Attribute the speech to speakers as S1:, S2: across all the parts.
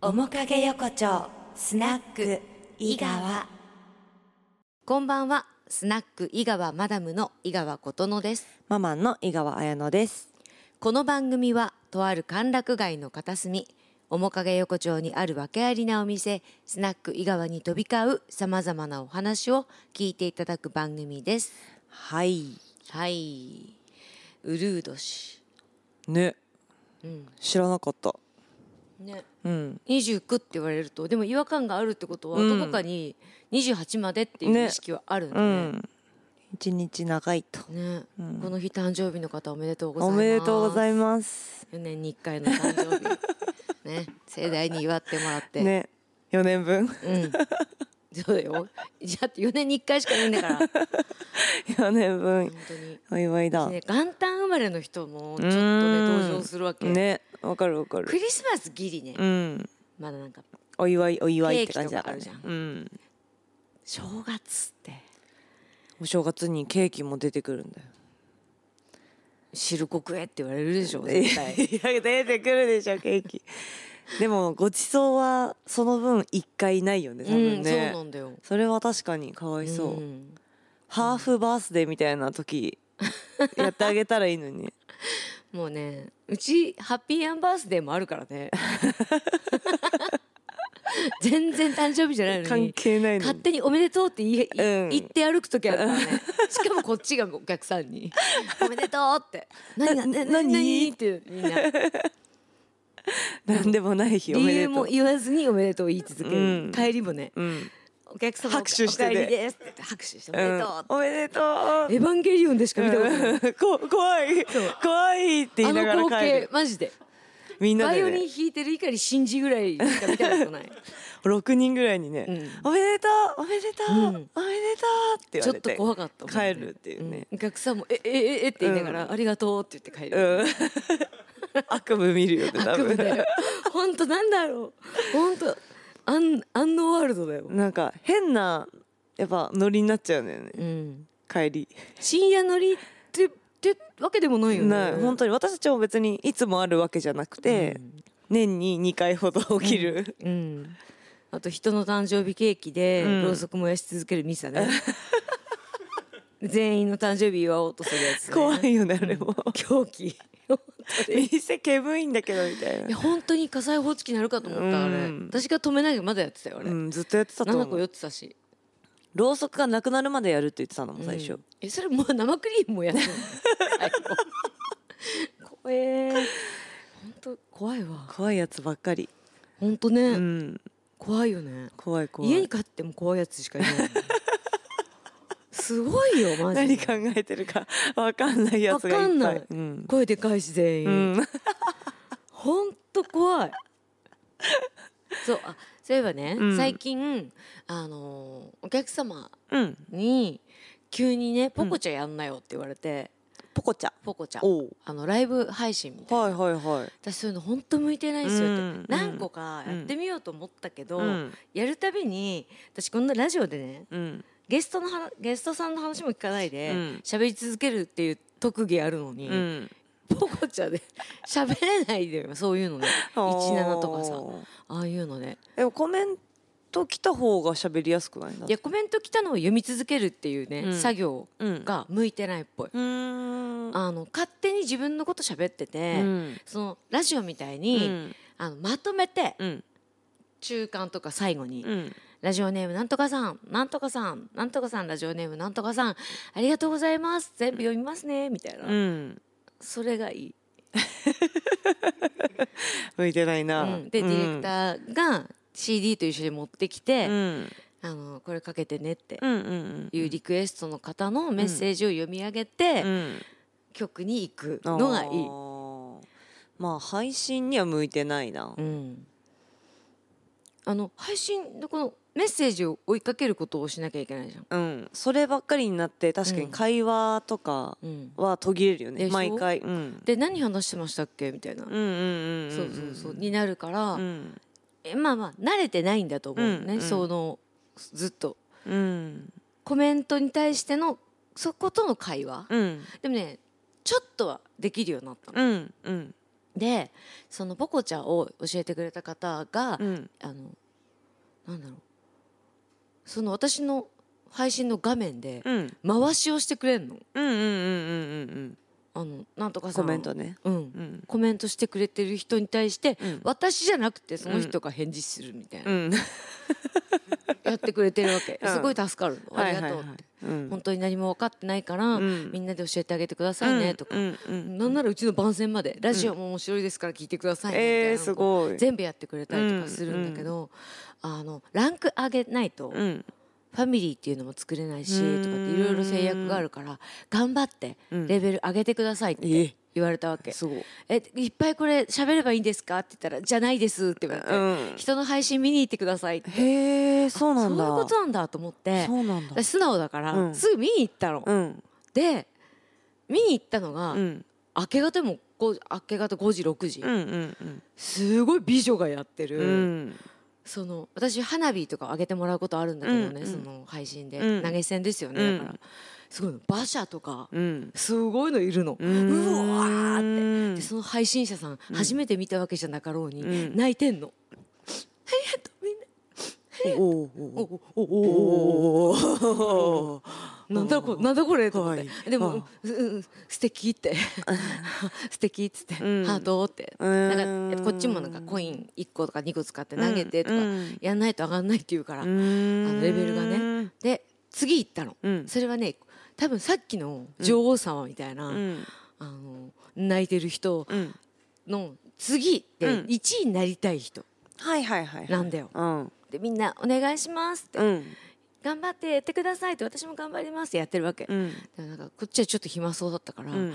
S1: 面影横丁スナック井川
S2: こんばんは、スナック井川マダムの井川琴乃です。
S3: ママンの井川彩乃です。
S2: この番組は、とある歓楽街の片隅、面影横丁にある訳ありなお店、スナック井川に飛び交う様々なお話を聞いていただく番組です。
S3: はい。
S2: はい。うるう年。
S3: ね。知らなかった。
S2: ね。
S3: うん。
S2: 29って言われると、でも違和感があるってことは、
S3: うん
S2: どこかに28までっていう
S3: ね
S2: 意識はあるんだ
S3: う
S2: ね。
S3: ん。一日長いと。
S2: ね、この日誕生日の方おめでとうござい
S3: お
S2: ます。
S3: めでとうございます。
S2: 4年に1回の誕生日 ね盛大に祝ってもらって、
S3: ね。四年分。
S2: うんそうだよだって4年に1回しかないんだ から本
S3: 四年分。
S2: 当に、ね、
S3: お祝いだ。
S2: 元旦生まれの人もちょっとね
S3: うん
S2: 登場するわけ、
S3: ね。わかるわか
S2: ク
S3: る。
S2: リスマスギリね、
S3: うん。
S2: まだなんか
S3: お祝いお祝いって感じだから
S2: ケー
S3: ね
S2: キと。かあ
S3: うん。
S2: 正月って
S3: お正月にケーキも出てくるんだよ。
S2: 汁ごくえって言われるでしょ絶対
S3: いや出てくるでしょケーキ。でもごちそうはその分一回ないよね
S2: う
S3: 多分
S2: んそう
S3: ね
S2: な。んだよ
S3: それは確かにかわいそう。
S2: ん
S3: ハーフバースデーみたいな時やってあげたらいい のに
S2: もうねうちハッピーアンバースデーもあるから ね全然誕生日じゃないのに
S3: 関係ないの
S2: 勝
S3: に
S2: 手におめでとうって言え
S3: うん
S2: 言って歩く時あるからねしかもこっちがお客さん に「おめでとう」って「何が
S3: な
S2: 何
S3: 何
S2: 何?」ってみんな
S3: 何でもない日おめ
S2: 理
S3: で
S2: 由
S3: と
S2: も
S3: う、
S2: 言わずにおめでとう言い続ける、
S3: うん
S2: 帰りもね
S3: うん
S2: 「お客様
S3: 拍手してね
S2: お帰りです」って拍手して「お
S3: う
S2: めで
S3: ん
S2: とう」って
S3: おめでとう
S2: エヴァンゲリオンでしか見たことない、
S3: うんこ怖い怖いって言いな
S2: あ
S3: が
S2: の
S3: ら
S2: 光
S3: 帰
S2: 景
S3: る
S2: マジで
S3: みんな
S2: バイ
S3: で、
S2: オ
S3: ね
S2: リン、弾いてる碇シンジぐらいしか見たことない
S3: 6人ぐらいにね、
S2: う
S3: おめでとうおめでと
S2: う
S3: う、
S2: ん
S3: おめでとう」って言
S2: ちょ
S3: わ
S2: っ
S3: れ
S2: と
S3: て
S2: 怖かったもんね
S3: 帰るっていうね、
S2: うんお客さんも「ええええって言いながら「ありがとう」って言って帰る、
S3: うん 悪夢見るよね多
S2: 悪夢だ
S3: 分
S2: よ 本当なんだろう本当アンアンノワールドだよ、
S3: なんか変なやっぱノリになっちゃうんだよね
S2: うん、
S3: 帰り
S2: 深夜乗りってってわけでもないよね
S3: ない本当に私たちも別にいつもあるわけじゃなくて、年に2回ほど起きる、
S2: うんあと人の誕生日ケーキで
S3: うん
S2: ろうそく燃やし続けるミサ ね、全員の誕生日祝おうとするやつ、ね、
S3: 怖いよねあれも、
S2: 狂気本当に
S3: 店煙いんだけどみたい
S2: いや
S3: な、
S2: 本当に火災報知器になるかと思った、あれ
S3: うん
S2: 私が止めないけどまだやってたよあれ、
S3: うん、ずっとやってたと
S2: 7
S3: 思
S2: 個酔っ
S3: う
S2: てたし
S3: ろうそくがなくなるまでやるって言ってたのも最初、
S2: うんえそれもう生クリームもやって るの最後怖え本当怖いわ
S3: 怖いやつばっかり
S2: 本当ね、
S3: うん
S2: 怖いよね
S3: 怖い怖い
S2: 家に帰っても怖いやつしかいない すごいよマジで
S3: 何考えてるか わかんないや
S2: わ
S3: つがいっぱい
S2: かんない、
S3: うん、
S2: 声でかいし全員、
S3: うん、
S2: ほんと怖いそうあそういえばね、
S3: うん
S2: 最近あのーお客様
S3: うん、
S2: に急にね「ポコチャやんなよ」って言われて、
S3: ポコちゃん
S2: ポコチャ
S3: おう
S2: あのライブ配信みたいな、
S3: はいはいはい
S2: 私そういうの本当向いてないんですよって、
S3: うん
S2: 何個かやってみようと思ったけど、
S3: うん
S2: やるたびに私こんなラジオでね
S3: うん
S2: ゲストの話ゲストさんの話も聞かないで
S3: うん
S2: 喋、り続けるっていう特技あるのに、
S3: うん
S2: ポコチャで 喋れないでよそういうので17とかさ
S3: おー
S2: ああいうので
S3: でもコメント来た方が喋りやすくないだっ
S2: い
S3: て
S2: やコメント来たのを読み続けるっていうね、
S3: うん
S2: 作業
S3: うん
S2: が向いてないっぽい。
S3: うーん
S2: あの勝手に自分のこと喋ってて、
S3: うん
S2: そのラジオみたいうに、
S3: ん
S2: あのまとめて
S3: うん
S2: 中間とか最後に、
S3: うん
S2: ラジオネームなんとかさん、なんとかさん、なんとかさん、ラジオネームなんとかさん、ありがとうございます。全部読みますね、みたいな。
S3: うん
S2: それがいい。、
S3: 向いてないうなん
S2: で、ディレクターが CD と一緒に持ってきて、
S3: うん
S2: あの、これかけてねって
S3: うんうん
S2: いうリクエストの方のメッセージを読み上げて、
S3: うん
S2: 曲に行くのがいい。
S3: いまあ配信には向いてないな
S2: うん。あの、配信のこのメッセージを追いかけることをしなきゃいけないじゃん。
S3: うんそればっかりになって確かに会話とか
S2: うん。
S3: は途切れるよ
S2: でし
S3: ね
S2: ょ
S3: 毎回うん
S2: で、何話してましたっけみたいな。
S3: うんうんうん
S2: そうそうそう。になるから、
S3: うん
S2: えまあまあ慣れてないんだと思うね、
S3: うんうん
S2: そのずっと
S3: うん
S2: コメントに対してのそことの会話、
S3: うん
S2: でもねちょっとはできるようになったの
S3: うんうん
S2: でそのポコチャを教えてくれた方が、
S3: うん
S2: あのなんだろうその私の配信の画面で
S3: うんうん
S2: 回しをしてくれんの
S3: うんうんうんうん
S2: あのなんとかさ
S3: コ
S2: ん
S3: メントね
S2: うん、
S3: うん
S2: コメントしてくれてる人に対して、
S3: うん
S2: 私じゃなくてその人が返事するみたいな、
S3: うん
S2: やってくれてるわけ、
S3: うん
S2: すごい助かるの ありがとうって、
S3: うん
S2: 本当に何も分かってないから、
S3: うん
S2: みんなで教えてあげてくださいねとか、
S3: うんうんうん
S2: なんならうちの番宣までラジオも面白いですから聞いてくださいねみたいなの
S3: えー、
S2: も
S3: すごい
S2: 全部やってくれたりとかするんだけど、あのランク上げないとフ
S3: うん
S2: ァミリーっていうのも作れないし
S3: うん
S2: とかっていろいろ制約があるから頑張って
S3: うん
S2: レベル上げてくださいっ
S3: え
S2: て言われたわけ。
S3: すごい
S2: えいっぱいこれ喋ればいいんですかって言ったら「じゃないです」って言われて、
S3: うん
S2: 人の配信見に行ってくださいって
S3: へえそうなんだ
S2: そういうことなんだと思って
S3: そうなんだ
S2: 私素直だから、
S3: うん
S2: すぐ見に行ったの、
S3: うん
S2: で見に行ったのが、
S3: うん
S2: 明け方もこう明け方5時6時、
S3: うんうんうん
S2: すごい美女がやってる、
S3: うん
S2: その私花火とかあげてもらうことあるんだけどね、
S3: うん
S2: その配信で、
S3: うん
S2: 投げ銭ですよね、
S3: うん
S2: だからすごいの馬車とか
S3: うん
S2: すごいのいるの、
S3: う
S2: わー
S3: ー
S2: で
S3: って
S2: その配信者さん、初めて見たわけじゃなかろうに、
S3: うん
S2: 泣いてんの。ありがとうみんな
S3: お
S2: お
S3: ーおー
S2: おおお
S3: お
S2: お
S3: お
S2: なんだこなんだこれと思って、
S3: はい
S2: で
S3: はい
S2: も、うんうん素敵って素敵っつって、
S3: うん
S2: ハートって
S3: うーん
S2: なんかこっちもなんかコイン1個とか2個使って投げてとか、
S3: うんうん
S2: やんないと上がんないって言うから、
S3: あの
S2: のレベルがねで次行ったの、
S3: うん
S2: それはね多分さっきの女王様みたいな、
S3: うん
S2: あの泣いてる人
S3: うん
S2: の次で
S3: うん
S2: 1位になりたい人
S3: はいはいはい
S2: なんだよ。
S3: うん
S2: でみんな「お願いします」って
S3: うん
S2: 「頑張ってやってください」って「私も頑張ります」ってやってるわけ。
S3: うん
S2: でもなんかこっちはちょっと暇そうだったから、
S3: うん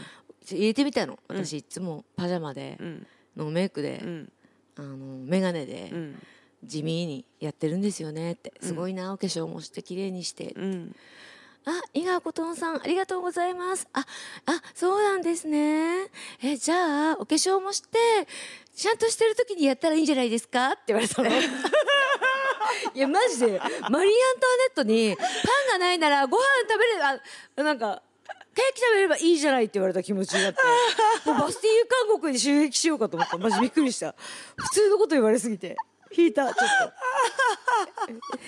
S2: 入れてみたの私いつもパジャマで、
S3: うん
S2: ノーメイクで、
S3: うん
S2: あの眼鏡で
S3: うん
S2: 地味にやってるんですよねって、すごいなお化粧もして綺麗にして、
S3: うん
S2: あ、井川琴音さん、ありがとうございます。あ、あ、そうなんですね。え、じゃあ、お化粧もして、ちゃんとしてる時にやったらいいんじゃないですかって言われたの。いや、マジで、マリー・アントワネットに、パンがないならご飯食べれば、あなんか、ケーキ食べればいいじゃないって言われた気持ちになって、もうバスティーユ韓国に襲撃しようかと思った。マジびっくりした。普通のこと言われすぎて。引いた、ちょっと。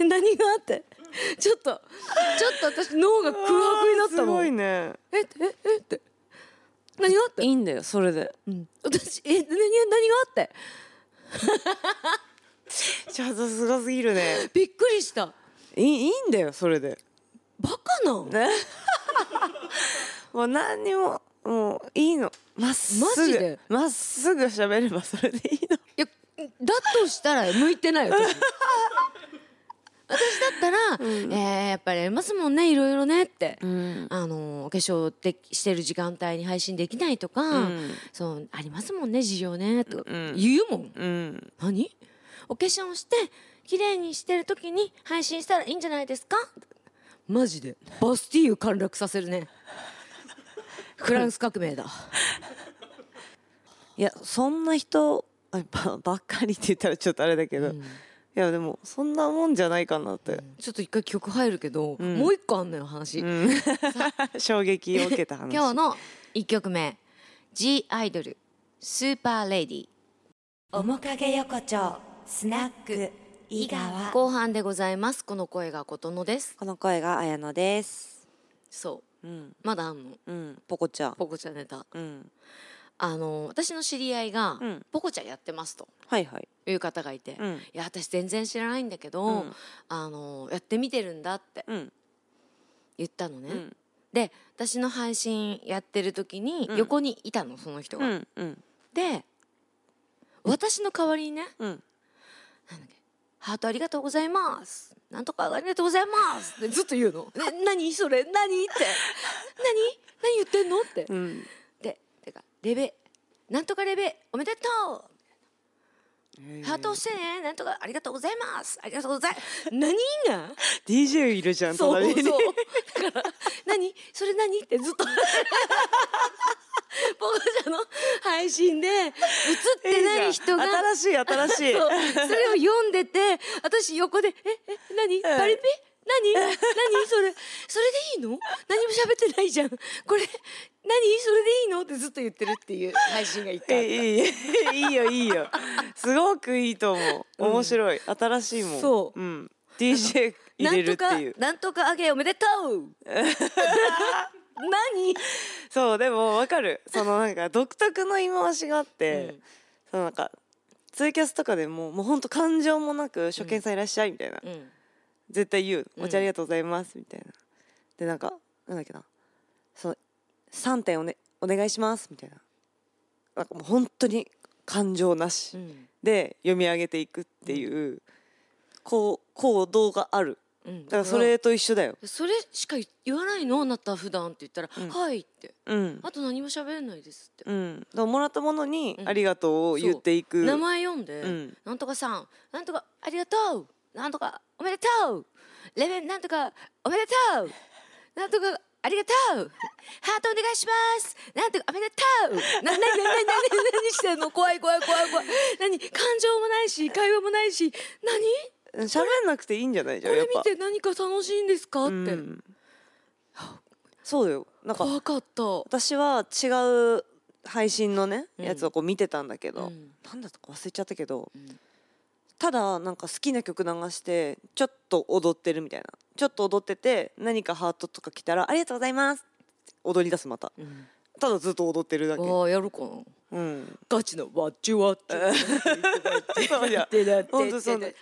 S2: え何があってちょっとちょっと私脳が空白になった
S3: す
S2: も
S3: ご
S2: ん
S3: いね
S2: えええって何があって
S3: いいんだよそれで
S2: うん私え何が何があって
S3: ちょっとすごすぎるね
S2: びっくりした
S3: いいいいんだよそれで
S2: バカなん
S3: ねもう何にももういいのまっすぐ
S2: マジで
S3: まっすぐ喋ればそれでいいの
S2: いやだとしたら向いてないよ 私私だったら、えーやっぱりありますもんねいろいろねって、
S3: ん
S2: あのお化粧できしてる時間帯に配信できないとか、
S3: うん
S2: そうありますもんね事情ねとか
S3: うん
S2: 言うもん
S3: うん
S2: 何お化粧して綺麗にしてる時に配信したらいいんじゃないですかマジでバスティーユ陥落させる ねフランス革命だ
S3: いやそんな人あばばっかりって言ったらちょっとあれだけど、いやでもそんなもんじゃないかなって、
S2: ちょっと一回曲入るけど、
S3: ん
S2: もう一個あんのよ話、
S3: うん衝撃を受けた話
S2: 今日の一曲目 G アイドルスーパーレディ
S1: 面影横丁スナック井川
S2: 後半でございますこの声が琴乃です
S3: この声が綾乃です
S2: そ
S3: うん
S2: うまだあんの
S3: うんポコちゃん
S2: ポコちゃんネタ
S3: うん
S2: あの私の知り合いが、
S3: うん
S2: ポコちゃんやってますと
S3: はいはい
S2: いう方がいて、
S3: うん
S2: いや私全然知らないんだけど、
S3: うん
S2: あのやってみてるんだって
S3: うん
S2: 言ったのね、
S3: うん
S2: で私の配信やってる時に
S3: うん
S2: 横にいたのその人
S3: う
S2: が、
S3: んうん
S2: で私の代わりにね
S3: うん
S2: 「なんだっけハートありがとうございます」「なんとかありがとうございます」ってずっと言うの「ね、何それ何?」って「何何言ってんの?」って
S3: うん
S2: でてか「レベなんとかレベおめでとう!」ハート押してね、なんとかありがとうございます。ありがとうございます。何 が。
S3: DJ いるじゃん
S2: そう
S3: 隣
S2: そう。
S3: に
S2: だから、何、それ何って ずっと。僕ちゃんの配信で映っ
S3: いい
S2: て
S3: じゃん
S2: ない人が。
S3: 新しい新しい
S2: そうそれを読んでて私横で「ええ何パリピ何何それそれでいいの何も喋ってないじゃんこれ何それでいいのってずっと言ってるっていう配信が一回あった
S3: えいいいいよいいよすごくいいと思う面白い、新しいもん、
S2: そう
S3: ん、DJ
S2: な
S3: 入れ
S2: ん
S3: る
S2: と
S3: って
S2: か
S3: いう
S2: なんとかあげおめでとう何
S3: そうでもわかるそのなんか独特の言い回しがあって、
S2: うん
S3: そのなんかツイキャスとかでももうほんと感情もなく「初見さんいらっしゃい」みたいな、
S2: うん
S3: 絶対言う
S2: うん
S3: 「お茶ありがとうございます」みたいなでなんかなんだっけなその3点お,、ね、お願いしますみたいななんかもう本当に感情なし、
S2: うん
S3: で読み上げていくっていう、こう行動がある
S2: うん
S3: だからそれと一緒だよ、
S2: それしか言わないのあなた普段って言ったら「
S3: うん
S2: はい」って
S3: うん
S2: 「あと何も喋れないです」って、
S3: うん、だからもらったものに
S2: う
S3: 「
S2: ん
S3: ありがとう」を言っていく、
S2: 名前読んで、
S3: うん
S2: なんとかさんなんとかありがとうなんとかおめでとうレベルなんとかおめでとうなんとかありがとうハートお願いしますなんとかおめでとうななななななな何してんの怖い怖い怖い怖い何感情もないし会話もないし何
S3: 喋んなくていいんじゃないじ
S2: こ
S3: ゃんや
S2: れ
S3: っぱ
S2: 見て何か楽しいんですかって、
S3: うんそうだよなんか
S2: 怖かった
S3: 私は違う配信のね
S2: うん
S3: やつをこう見てたんだけど、
S2: うん
S3: なんだったか忘れちゃったけど
S2: うん
S3: ただなんか好きな曲流してちょっと踊ってるみたいなちょっと踊ってて何かハートとか来たら「ありがとうございます」踊り出すまた
S2: うん
S3: ただずっと踊ってるだけ、
S2: ああやるかな
S3: うん、
S2: ガチのワッチワッチ
S3: そうじゃん
S2: でだって
S3: ほんとそうだ
S2: で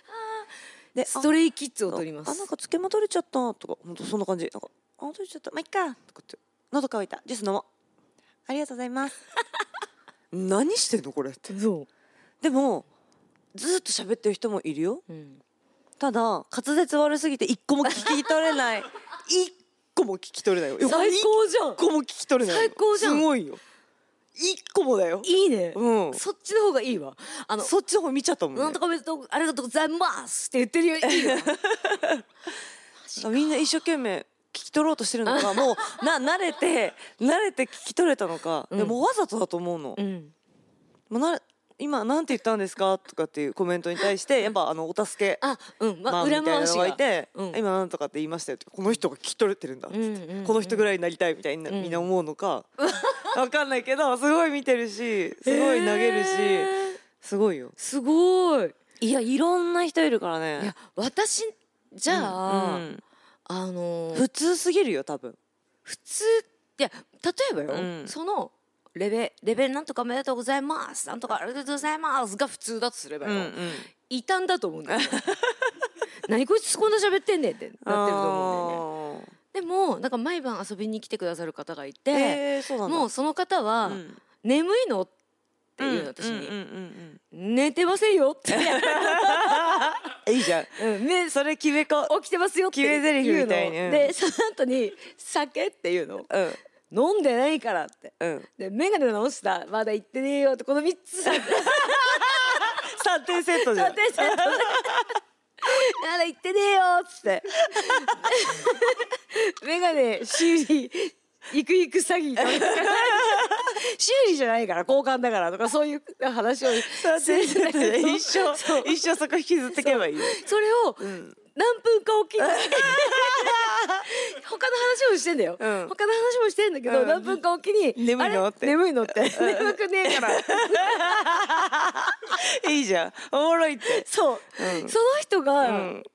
S3: で
S2: ストレイキッズを撮りま
S3: あ
S2: す
S3: なんかつけま取れちゃったとか本当そんな感じなんかあ取れちゃったまあいっかとかって喉乾いたジュース飲もうありがとうござ います何してんのこれって
S2: そ
S3: でもずっと喋ってる人もいるよ
S2: う、うん、
S3: ただ滑舌悪すぎて一個も聞き取れない 一個も聞き取れないよ
S2: 最
S3: 一
S2: 高じゃん
S3: 個も聞き取れないよ
S2: 最高じゃん
S3: すごいよ一個もだよ
S2: いいね、
S3: うん
S2: そっちの方がいいわあの
S3: そっちの方見ちゃったもんね
S2: なんとかおめでとうありがとうございますって言ってるよいいわ
S3: みんな一生懸命聞き取ろうとしてるの かもうな慣れて慣れて聞き取れたのか、
S2: うん
S3: でもわざとだと 思うの、
S2: うん
S3: もうな今なんて言ったんですかとかっていうコメントに対してやっぱあのお助け
S2: あうん、ま
S3: マンみた
S2: 裏
S3: いな
S2: 回し
S3: の
S2: が
S3: がいて、
S2: うん
S3: 今なんとかって言いましたよってこの人が聞き取れてるんだっつって、
S2: うんうんうん
S3: この人ぐらいになりたいみたいにな、
S2: うん
S3: みんな思うのかわかんないけどすごい見てるしすごい投げるし、
S2: えー
S3: すごいよ
S2: すごい
S3: いやいろんな人いるからね
S2: いや私じゃあ、あのー
S3: 普通すぎるよ多分
S2: 普通いや例えばよ、
S3: うん
S2: そのレベレベルなんとかおめでとうございますなんとかありがとうございますが普通だとすればよ、異端だと思うんだよ 何こいつこんな喋ってんねんってなってると思うんだよね
S3: あー
S2: でもなんか毎晩遊びに来てくださる方がいて、
S3: えー、そうなんだ
S2: もうその方は「
S3: うん
S2: 眠いの?」って
S3: うん
S2: いうの私に「
S3: うんうんうん
S2: 寝てませんよ」っ て
S3: うん、いいじゃん
S2: 「うん目
S3: それ決めこ
S2: 起きてますよ」って
S3: 決め台詞
S2: 言うの
S3: みたいにうん
S2: でその後に「酒」っていうの
S3: うん
S2: 「飲んでないから」って
S3: うん
S2: 「で眼鏡直したまだ行ってねえよ」ってこの3つさ
S3: 三点セッ トじゃん
S2: 立てちゃったまだ行ってねえよっつってメガネ修理行く行く詐欺とか 修理じゃないから交換だからとかそういう話を
S3: 三点セットじゃん一
S2: そう
S3: 生一 生そこ引きずってけばいいよ
S2: それを何分かお きに他の話もしてんだよ、
S3: うん
S2: 他の話もしてんだけど、
S3: うん
S2: 何分かおきに
S3: 眠いの
S2: あれ
S3: って
S2: 眠いのって眠くねえから
S3: いいじゃんおもろ いって
S2: そう、その人が、
S3: う
S2: なんか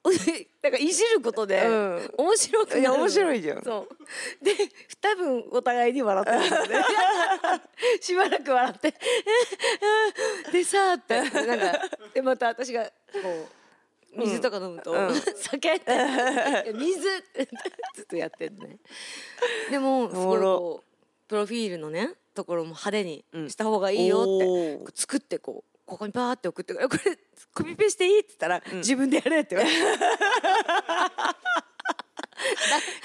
S2: いじることで、
S3: うん
S2: 面白くなる
S3: いや
S2: の
S3: 面白いじゃん
S2: そうで多分お互いに笑ってるの ねしばらく笑って 「でさ」ってなんかでまた私がこう水とか飲むと「
S3: うん
S2: 酒」って「水」ずっとやってるねでもす
S3: お
S2: ご
S3: も
S2: い
S3: ろ
S2: こうプロフィールのねところも派手に
S3: うん
S2: した方がいいよって、
S3: おー
S2: 作ってこうここにパーって送ってえこれ コピペしていいって言ったら、
S3: ん
S2: 自分でやれって言われ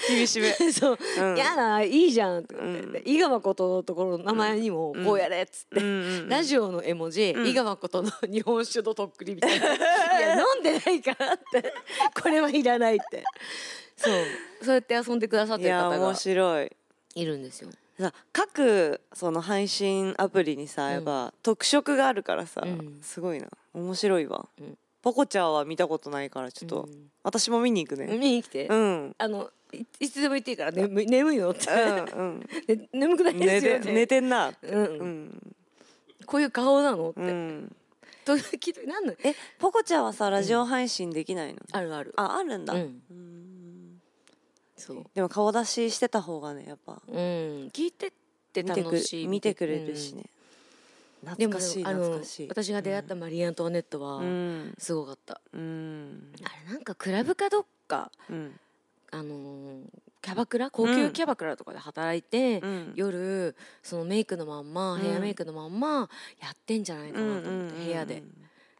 S3: 厳しめ
S2: てそう、
S3: うん
S2: やだいいじゃんって言って、
S3: うん
S2: で井川ことのところの名前にも
S3: うん
S2: こうやれっつって、
S3: うんうんうん
S2: ラジオの絵文字、
S3: ん
S2: 井川ことの日本酒のとっくりみたい ないや飲んでないからって これはいらないってそうそうやって遊んでくださっ
S3: い
S2: てる
S3: や
S2: 方が
S3: 面白い
S2: いるんですよ。
S3: さ各その配信アプリにさやっぱ特色があるからさ、
S2: うん
S3: すごいな面白いわポコちゃんは見たことないからちょっと、
S2: うん
S3: 私も見に行くね
S2: 見に来て、
S3: うんうん
S2: あのいいつでも言っていいから眠い 眠いのって、
S3: うん
S2: ね眠くないで
S3: 寝
S2: すよ
S3: て
S2: ね
S3: 寝てんな
S2: うん
S3: うん
S2: こういう顔なのって、
S3: うん
S2: 時々なんの
S3: えポコちゃんはさラジオ配信できないの
S2: あるある
S3: ああるんだ
S2: うん
S3: うん
S2: そう
S3: でも顔出ししてた方がねやっぱ
S2: うん聞いてって
S3: 見て
S2: 楽
S3: く
S2: しい
S3: 見てくれるしね
S2: うんで
S3: 懐
S2: もで
S3: か
S2: も
S3: しい
S2: あの
S3: 懐かしい
S2: 私が出会ったマリー・アントワネット
S3: う
S2: は
S3: ん
S2: すごかった、
S3: うん
S2: あれなんかクラブかどっか
S3: うん
S2: あのーキャバクラ高級キャバクラとかで働いて、
S3: うん
S2: 夜そのメイクのまんま、
S3: うん
S2: ヘアメイクのまんまやってんじゃないか
S3: うん
S2: なと思って、
S3: うん
S2: 部屋で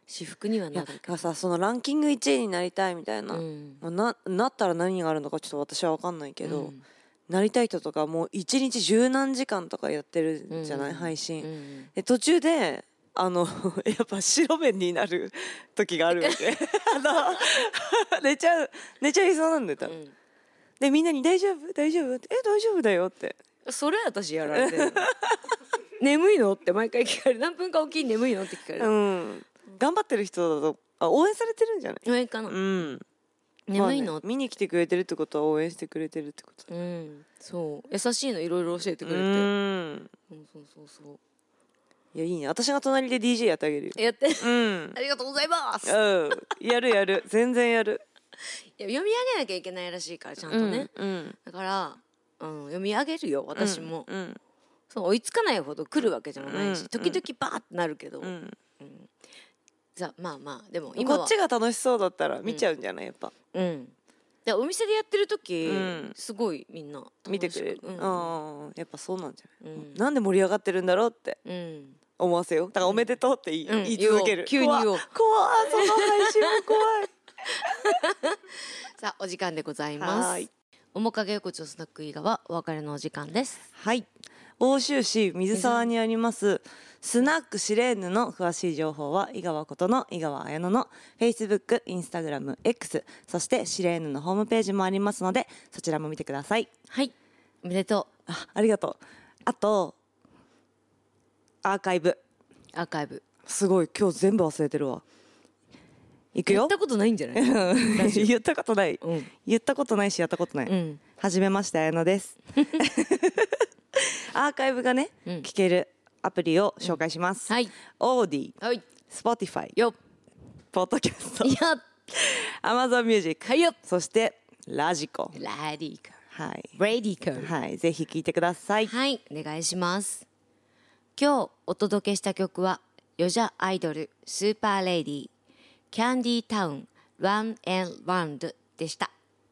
S2: 私服にはい
S3: や
S2: な
S3: だ
S2: るけ
S3: からさそのランキング1位になりたいみたい
S2: ど、
S3: な、
S2: うん、
S3: まあななったら何があるのかちょっと私は分かんないけど、
S2: うん
S3: なりたい人とかもう1日十何時間とかやってるじゃない、
S2: うん
S3: 配信、
S2: うん
S3: で途中であの やっぱ白目になる時がある わけあの寝ちゃう寝ちゃいそうなんでた、
S2: うん
S3: でみんなに「大丈夫大丈夫?」って「え大丈夫だよ」って
S2: それ私やられてる 眠いのって毎回聞かれる何分かおきに眠いのって聞かれ
S3: う
S2: る、
S3: ん頑張ってる人だとあ応援されてるんじゃない
S2: 眠いかな、
S3: うん
S2: 眠いの、
S3: まあね見に来てくれてるってことは応援してくれてるってこと
S2: うんそう優しいのいろいろ教えてくれて、
S3: うん
S2: うんそうそうそ
S3: いやいいね私が隣で DJ やってあげるよ
S2: うやって
S3: うん
S2: ありがとうございますいや
S3: うんやるやる全然やる
S2: 読み上げなきゃいけないらしいからちゃんとね、
S3: うん
S2: だから、うん、読み上げるよ私も、
S3: うん
S2: そう追いつかないほど来るわけじゃないし、
S3: うん
S2: 時々バーってなるけど、
S3: うん
S2: じゃあまあまあでも今
S3: こ
S2: は
S3: っちが楽しそうだったら見ちゃうんじゃないやっぱ
S2: うんでお店でやってる時、
S3: うん
S2: すごいみんな
S3: 見てくれる
S2: 楽しくうん
S3: ああやっぱそうなんじゃない
S2: うん
S3: なんで盛り上がってるんだろうって
S2: うん
S3: 思わせようだからおめでとうって言い
S2: うん
S3: 言い続ける
S2: 言おう急に言おう
S3: 怖っ怖っその配信も怖い
S2: さあお時間でございま
S3: は
S2: す
S3: ーい
S2: 面影横丁スナックイガはお別れのお時間です
S3: はい奥州市水沢にありますスナックシレーヌの詳しい情報は井川ことの井川綾乃の Facebook、Instagram、X そしてシレーヌのホームページもありますのでそちらも見てください
S2: はいおめでと
S3: あありがとうあとアーカイブ
S2: うアーカイブ
S3: すごい今日全部忘れてるわいく
S2: や
S3: よ
S2: ったことないんじゃない
S3: 言ったことない、
S2: うん
S3: 言ったことないしやったことない、
S2: うん
S3: はじめまして綾乃です アーカイブがね、
S2: うん
S3: 聞けるアプリを紹介します、
S2: はい
S3: オーディ
S2: はい
S3: スポティファイ
S2: よ
S3: ポッドキャスト
S2: いや
S3: アマゾンミュージック
S2: はいよ
S3: そしてラジコ
S2: ラディカ
S3: はい、
S2: レディカ
S3: はい、ぜひ聞いてください
S2: はい、お願いします。今日お届けした曲は、ヨジャアイドル、スーパーレディ、キャンディータウン、ランエンランドでした。